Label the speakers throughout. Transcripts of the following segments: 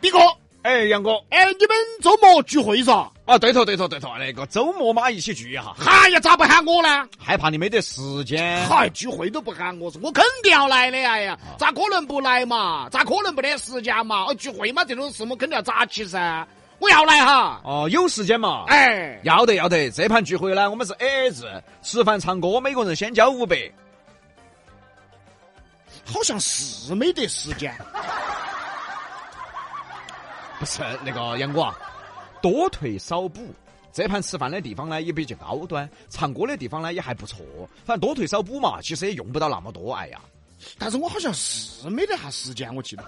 Speaker 1: 比哥，
Speaker 2: 哎，杨哥，
Speaker 1: 哎，你们周末聚会噻？
Speaker 2: 啊，对头对头对头，那个周末嘛一起聚一下，
Speaker 1: 哎呀，咋不喊我呢？
Speaker 2: 害怕你没得时间。
Speaker 1: 嗨，聚会都不喊我，是我肯定要来的。哎呀，咋可能不来嘛？咋可能没得时间嘛？哦，聚会嘛，这种事我肯定要扎起噻。我要来哈。
Speaker 2: 哦，有时间嘛？
Speaker 1: 哎，
Speaker 2: 要得要得，这盘聚会呢，我们是 A A 制，吃饭唱歌，每个人先交五百。
Speaker 1: 好像是没得时间。
Speaker 2: 不是那个杨哥啊，多退少补。这盘吃饭的地方呢也比较高端，唱歌的地方呢也还不错，反正多退少补嘛，其实也用不到那么多。哎呀，
Speaker 1: 但是我好像是没得啥时间，我记得。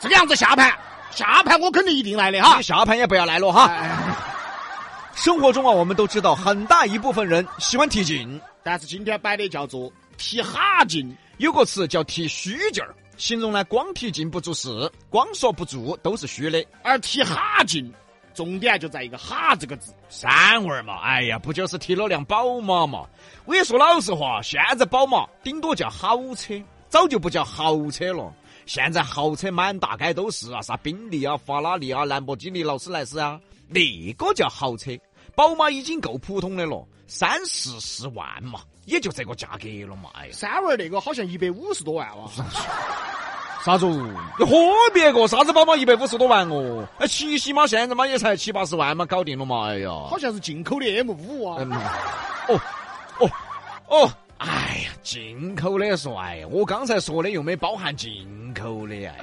Speaker 1: 这个样子下盘，下盘我肯定一定来的哈
Speaker 2: 你。下盘也不要来了哈。
Speaker 1: 啊哎
Speaker 2: 生活中啊，我们都知道，很大一部分人喜欢提劲，
Speaker 1: 但是今天摆的叫做提哈劲，
Speaker 2: 有个词叫提虚劲儿，形容呢光提劲不做事，光说不做都是虚的。
Speaker 1: 而提哈劲重点就在一个“哈”这个字。
Speaker 2: 三娃儿嘛，哎呀，不就是提了辆宝马嘛？我也说老实话，现在宝马顶多叫好车，早就不叫豪车了。现在豪车满大街都是啊，啥宾利啊、法拉利啊、兰博基尼、劳斯莱斯啊，那个叫豪车。宝马已经够普通的了，三四十万嘛，也就这个价格了嘛。哎呀，
Speaker 1: 三味儿那个好像一百五十多万哇，
Speaker 2: 啊啥子？你喝别个啥子宝马一百五十多万哦？哎，七系嘛，现在嘛也才七八十万嘛，搞定了嘛。哎呀，
Speaker 1: 好像是进口的 M 五啊。
Speaker 2: 嗯，哦，哦，哦，哎呀，进口的帅，我刚才说的又没包含进口的哎。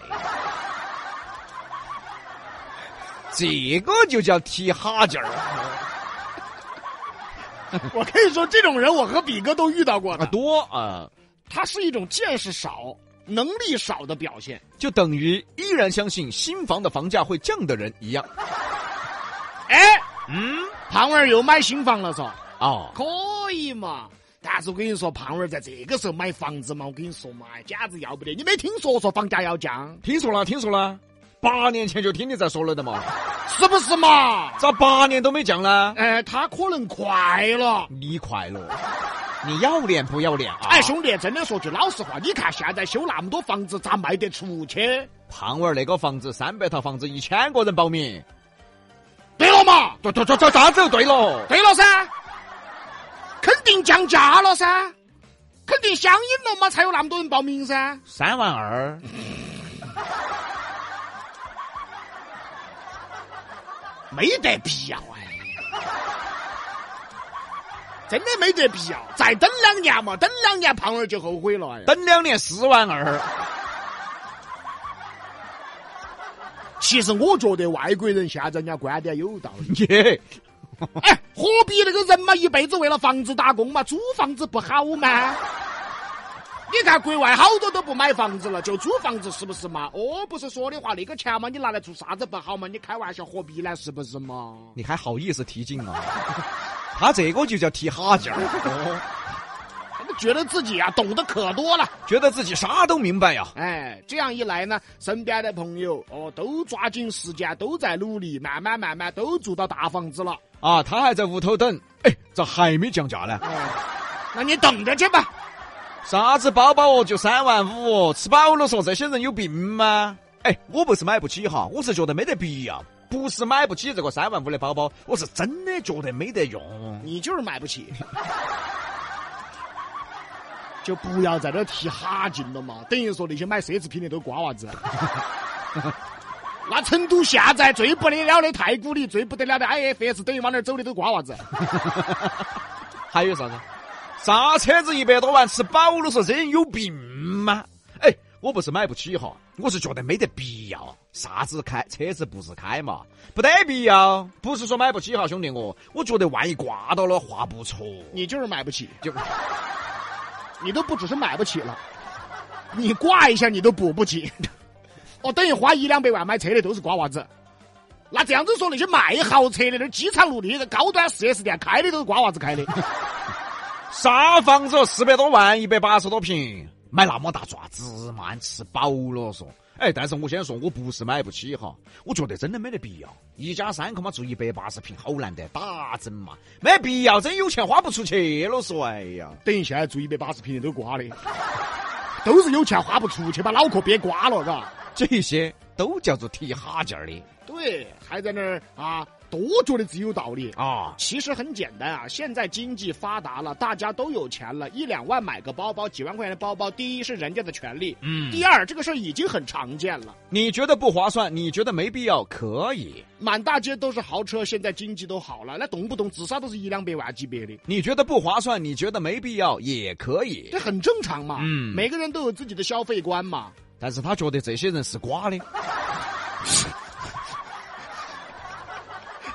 Speaker 2: 这个就叫提哈劲儿
Speaker 1: 我跟你说，这种人我和比哥都遇到过
Speaker 2: 啊，
Speaker 1: 的，
Speaker 2: 多啊、
Speaker 1: 他是一种见识少、能力少的表现。
Speaker 2: 就等于依然相信新房的房价会降的人一样。
Speaker 1: 哎，
Speaker 2: 嗯，
Speaker 1: 胖娃儿又买新房了嗦，
Speaker 2: 哦，
Speaker 1: 可以嘛？但是我跟你说，胖娃儿在这个时候买房子嘛，我跟你说嘛，简直要不得！你没听说说房价要降，
Speaker 2: 听说了，听说了，八年前就听你在说了的嘛，
Speaker 1: 是不是嘛？
Speaker 2: 咋八年都没降呢？
Speaker 1: 哎，他可能快了。
Speaker 2: 你快乐，你要脸不要脸啊？
Speaker 1: 哎，兄弟，真的说句老实话，你看现在修那么多房子，咋卖得出去？
Speaker 2: 胖娃儿那个房子，三百套房子，一千个人报名。
Speaker 1: 对了嘛，
Speaker 2: 对对对对，啥子对了？
Speaker 1: 对了噻，肯定降价了噻，肯定相应了嘛，才有那么多人报名噻。
Speaker 2: 三万二。
Speaker 1: 没得必要哎， 真的没得必要，再等两年嘛，等两年胖儿就后悔了哎。
Speaker 2: 等两年四万二。
Speaker 1: 其实我觉得外国人现在人家观点有道理，
Speaker 2: 耶，
Speaker 1: 哎，何必那个人嘛，一辈子为了房子打工嘛，租房子不好吗？你看国外好多都不买房子了，就租房子，是不是嘛？哦，不是说的话，那个钱嘛，你拿来做啥子不好嘛？你开玩笑何必呢？是不是嘛？
Speaker 2: 你还好意思提劲啊？他这个就叫提哈劲儿、哦，
Speaker 1: 他们觉得自己啊懂得可多了。
Speaker 2: 觉得自己啥都明白呀、
Speaker 1: 哎，这样一来呢，身边的朋友哦，都抓紧时间，都在努力，慢慢慢慢都住到大房子了。
Speaker 2: 啊！他还在屋头等，哎，咋还没降价呢？
Speaker 1: 哎，那你等着去吧。
Speaker 2: 啥子包包哦，就三万五哦，吃饱了说这些人有病吗？哎，我不是买不起哈，我是觉得没得必要，不是买不起这个三万五的包包，我是真的觉得没得用。
Speaker 1: 你就是买不起， 就不要在这儿提哈劲了嘛。等于说那些买奢侈品的都瓜娃子。那成都现在最不得了的太古里，最不得了的 IFS，等于往哪儿走的都瓜娃子。
Speaker 2: 还有啥子？啥车子一百多万吃饱了说这人有病吗？哎，我不是买不起哈，我是觉得没得必要。啥子开车子不是开嘛，不得必要。不是说买不起哈，兄弟我，我觉得万一刮到了话不错。
Speaker 1: 你就是买不起，
Speaker 2: 就
Speaker 1: 你都不只是买不起了，你挂一下你都补不起。哦，等于花一两百万买车的都是瓜娃子。那这样子说，那些卖豪车的、那机场路的、高端 4S 店开的都是瓜娃子开的，
Speaker 2: 啥房子哦四百多万，一百八十多平，买那么大爪子嘛，俺吃饱了说。哎，但是我先说，我不是买不起哈，我觉得真的没得必要。一家三口嘛，住一百八十平，好难得打整嘛，没必要，真有钱花不出去了说。哎呀，
Speaker 1: 等于现在住一百八十平的都瓜的，都是有钱花不出去，把脑壳憋瓜了，嘎。
Speaker 2: 这些都叫做踢哈劲儿的
Speaker 1: 对，还在那儿啊，多觉得自己有道理。
Speaker 2: 啊。
Speaker 1: 其实很简单啊，现在经济发达了，大家都有钱了，一两万买个包包，几万块钱的包包，第一是人家的权利，
Speaker 2: 嗯，
Speaker 1: 第二这个事儿已经很常见了。
Speaker 2: 你觉得不划算，你觉得没必要，可以；
Speaker 1: 满大街都是豪车，现在经济都好了，那动不动至少都是一两百万级别的，
Speaker 2: 你觉得不划算，你觉得没必要，也可以
Speaker 1: 这。很正常嘛。
Speaker 2: 嗯
Speaker 1: 每个人都有自己的消费观嘛。
Speaker 2: 但是他觉得这些人是瓜的，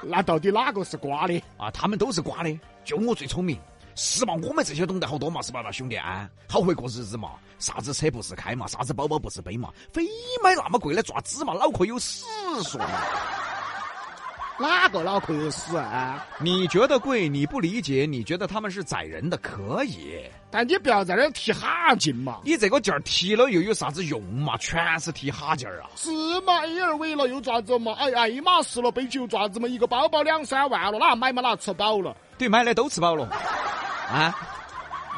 Speaker 1: 那到底哪个是瓜的？
Speaker 2: 啊，他们都是瓜的，就我最聪明。是嘛？我们这些懂得好多嘛，是吧，那兄弟啊？好会过日子嘛，啥子车不是开嘛，啥子包包不是背嘛，非买那么贵的爪子嘛，脑壳有屎说嘛？
Speaker 1: 哪个脑壳有屎啊？
Speaker 2: 你觉得贵，你不理解，你觉得他们是宰人的，可以。
Speaker 1: 但你不要在那儿提哈劲嘛。
Speaker 2: 你这个劲儿提了又有啥子用嘛？全是提哈劲儿啊！
Speaker 1: 是嘛？A 二为了又咋子嘛？哎爱马仕了，背起又咋子嘛？一个包包两三万了，哪买嘛哪吃饱了？
Speaker 2: 对，买的都吃饱了，啊，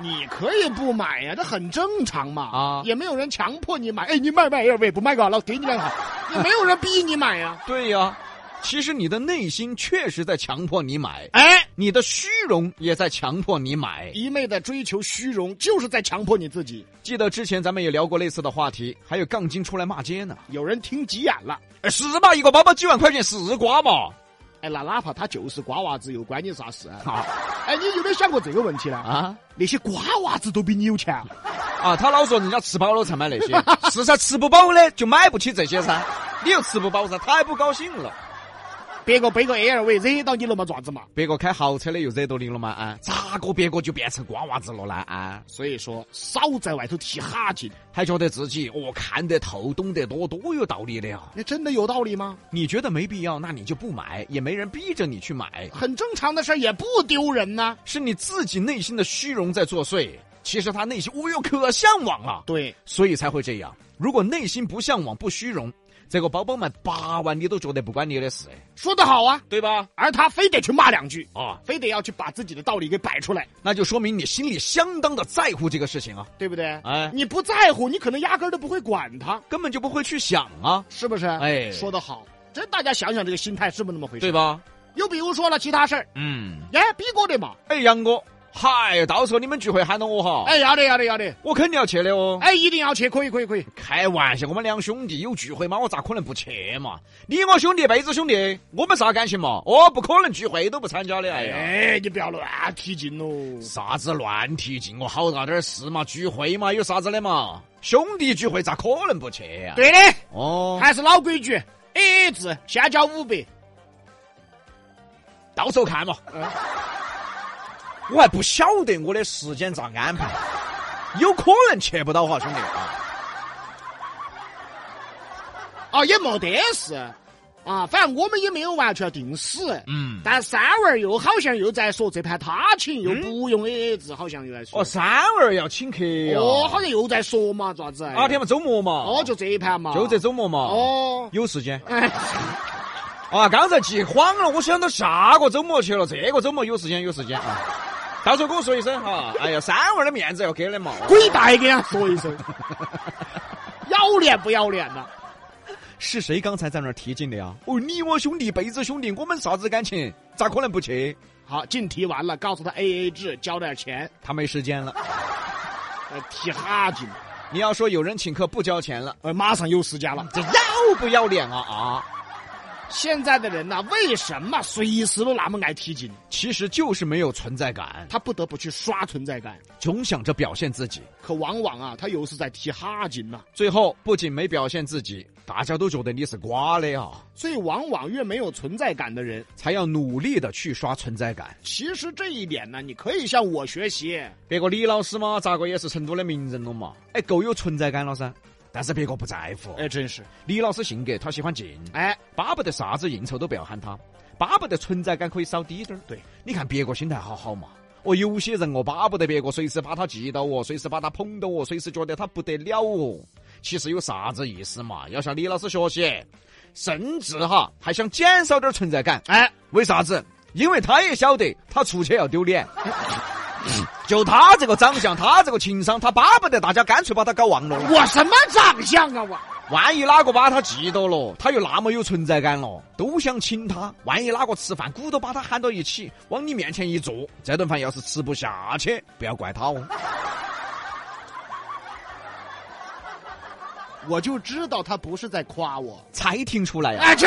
Speaker 1: 你可以不买呀、这很正常嘛。
Speaker 2: 啊
Speaker 1: 也没有人强迫你买。哎，你买买 A 二不买个，老给你两 下。也没有人逼你买啊呀、
Speaker 2: 对呀、其实你的内心确实在强迫你买，
Speaker 1: 哎，
Speaker 2: 你的虚荣也在强迫你买。
Speaker 1: 一昧的追求虚荣，就是在强迫你自己。
Speaker 2: 记得之前咱们也聊过类似的话题，还有杠精出来骂街呢。
Speaker 1: 有人听急眼了，
Speaker 2: 哎是嘛？一个包包几万块钱是瓜嘛？
Speaker 1: 哎，那哪怕他就是瓜娃子，又关你啥事啊？
Speaker 2: 啊
Speaker 1: 哎，你有没有想过这个问题呢？
Speaker 2: 啊
Speaker 1: 那些瓜娃子都比你有钱啊，
Speaker 2: 啊！他老说人家吃饱了才买 那些，是噻，吃不饱的就买不起这些噻。你又吃不饱噻，他还不高兴了。
Speaker 1: 别个背个 LV 惹到你了嘛，咋子嘛？
Speaker 2: 别个开豪车的又惹到你了嘛？啊，咋个别个就变成瓜娃子了呢？啊，
Speaker 1: 所以说，少在外头提哈劲，
Speaker 2: 还觉得自己哦看得透、懂得多，多有道理的呀！
Speaker 1: 那真的有道理吗？
Speaker 2: 你觉得没必要，那你就不买，也没人逼着你去买，
Speaker 1: 很正常的事儿，也不丢人呐、
Speaker 2: 是你自己内心的虚荣在作祟。其实他内心哦哟可向往了，
Speaker 1: 对，
Speaker 2: 所以才会这样。如果内心不向往、不虚荣，这个包包卖八万，你都觉得不关你的事，
Speaker 1: 说得好啊，
Speaker 2: 对吧？
Speaker 1: 而他非得去骂两句，
Speaker 2: 啊，
Speaker 1: 非得要去把自己的道理给摆出来，
Speaker 2: 那就说明你心里相当的在乎这个事情啊，
Speaker 1: 对不对？
Speaker 2: 哎
Speaker 1: 你不在乎，你可能压根儿都不会管他，
Speaker 2: 根本就不会去想啊，
Speaker 1: 是不是？
Speaker 2: 哎
Speaker 1: 说得好，真大家想想这个心态是不是那么回事？
Speaker 2: 对吧？
Speaker 1: 又比如说了其他事儿，
Speaker 2: 嗯。
Speaker 1: 哎，逼哥的嘛，
Speaker 2: 哎，杨哥，嗨，到时候你们聚会喊到我哈，
Speaker 1: 哎，要得要得要得，
Speaker 2: 我肯定要去的哦。
Speaker 1: 哎，一定要去，可以可以可以，
Speaker 2: 开玩笑，我们两兄弟有聚会嘛，我咋可能不去嘛？你我兄弟，辈子兄弟，我们啥感情嘛？哦，不可能聚会都不参加的。哎呀，
Speaker 1: 哎，你不要乱提劲喽。
Speaker 2: 啥子乱提劲，我好大点儿事嘛，聚会嘛，有啥子的嘛？兄弟聚会咋可能不去呀、
Speaker 1: 对的，
Speaker 2: 哦，
Speaker 1: 还是老规矩，A A 制，先交五百。
Speaker 2: 到时候看嘛。
Speaker 1: 嗯
Speaker 2: 我还不晓得我的时间咋安排，有可能去不到哈，兄弟啊。
Speaker 1: 哦，也没得事，啊，反正我们也没有完全定死。
Speaker 2: 嗯，
Speaker 1: 但三娃儿又好像又在说这盘他请，又不用 A A 制，好像又在说。
Speaker 2: 哦，三娃儿要请客呀、
Speaker 1: 哦，好像又在说嘛，咋子？
Speaker 2: 哪天嘛？周末嘛？
Speaker 1: 哦，就这一盘嘛。
Speaker 2: 就这。周末嘛？，
Speaker 1: 哦，
Speaker 2: 有时间
Speaker 1: 哎，
Speaker 2: 啊！刚才记慌了，我想到下个周末去了，这个周末有时间有时间啊。到时候跟我说一声哈。哎呀，三娃儿的面子要给的嘛。
Speaker 1: 滚蛋，给他说一 声，要脸不要脸呐？
Speaker 2: 是谁刚才在那儿提劲的呀？哦，你我兄弟，辈子兄弟，我们啥子感情？咋可能不去？
Speaker 1: 好，进题完了，告诉他 A A 制，交点钱，
Speaker 2: 他没时间了。
Speaker 1: 呃，提哈劲，
Speaker 2: 你要说有人请客不交钱了，
Speaker 1: 呃，马上有时间了。
Speaker 2: 这要不要脸啊啊！
Speaker 1: 现在的人呐、为什么随时都那么爱提劲？
Speaker 2: 其实就是没有存在感，
Speaker 1: 他不得不去刷存在感，
Speaker 2: 总想着表现自己，
Speaker 1: 可往往啊，他又是在提哈劲呐、
Speaker 2: 最后不仅没表现自己，大家都觉得你是瓜的啊。
Speaker 1: 所以，往往越没有存在感的人，
Speaker 2: 才要努力的去刷存在感。
Speaker 1: 其实这一点呢，你可以向我学习。
Speaker 2: 别个李老师嘛，咋个也是成都的名人了嘛，哎，够有存在感了噻。但是别个不在乎，哎，
Speaker 1: 哎，真是，
Speaker 2: 李老师性格他喜欢静，
Speaker 1: 哎，
Speaker 2: 巴不得啥子应酬都不要喊他，巴不得存在感可以少低点儿。
Speaker 1: 对，
Speaker 2: 你看别个心态好好嘛。哦，有些人哦，巴不得别个随时把他记到哦，随时把他捧到哦，随时觉得他不得了哦。其实有啥子意思嘛？要向李老师学习，甚至哈还想减少点儿存在感。
Speaker 1: 哎，
Speaker 2: 为啥子？因为他也晓得他出去要丢脸。就他这个长相，他这个情商，他巴不得大家干脆把他搞忘了。
Speaker 1: 我什么长相啊我？
Speaker 2: 万一哪个把他记到了，他又那么有存在感了，都想请他。万一哪个吃饭鼓捣把他喊到一起，往你面前一坐，这顿饭要是吃不下去，不要怪他哦。
Speaker 1: 我就知道他不是在夸我。
Speaker 2: 才听出来呀、啊
Speaker 1: 哎去！